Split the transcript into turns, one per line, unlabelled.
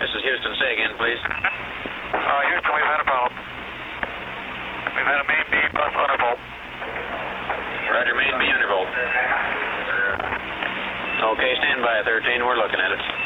This is Houston. Say again, please.
Uh, Houston, we've had a problem. We've had a main beam bus undervolt.
Roger, main beam interval. Okay, stand by, 13. We're looking at it.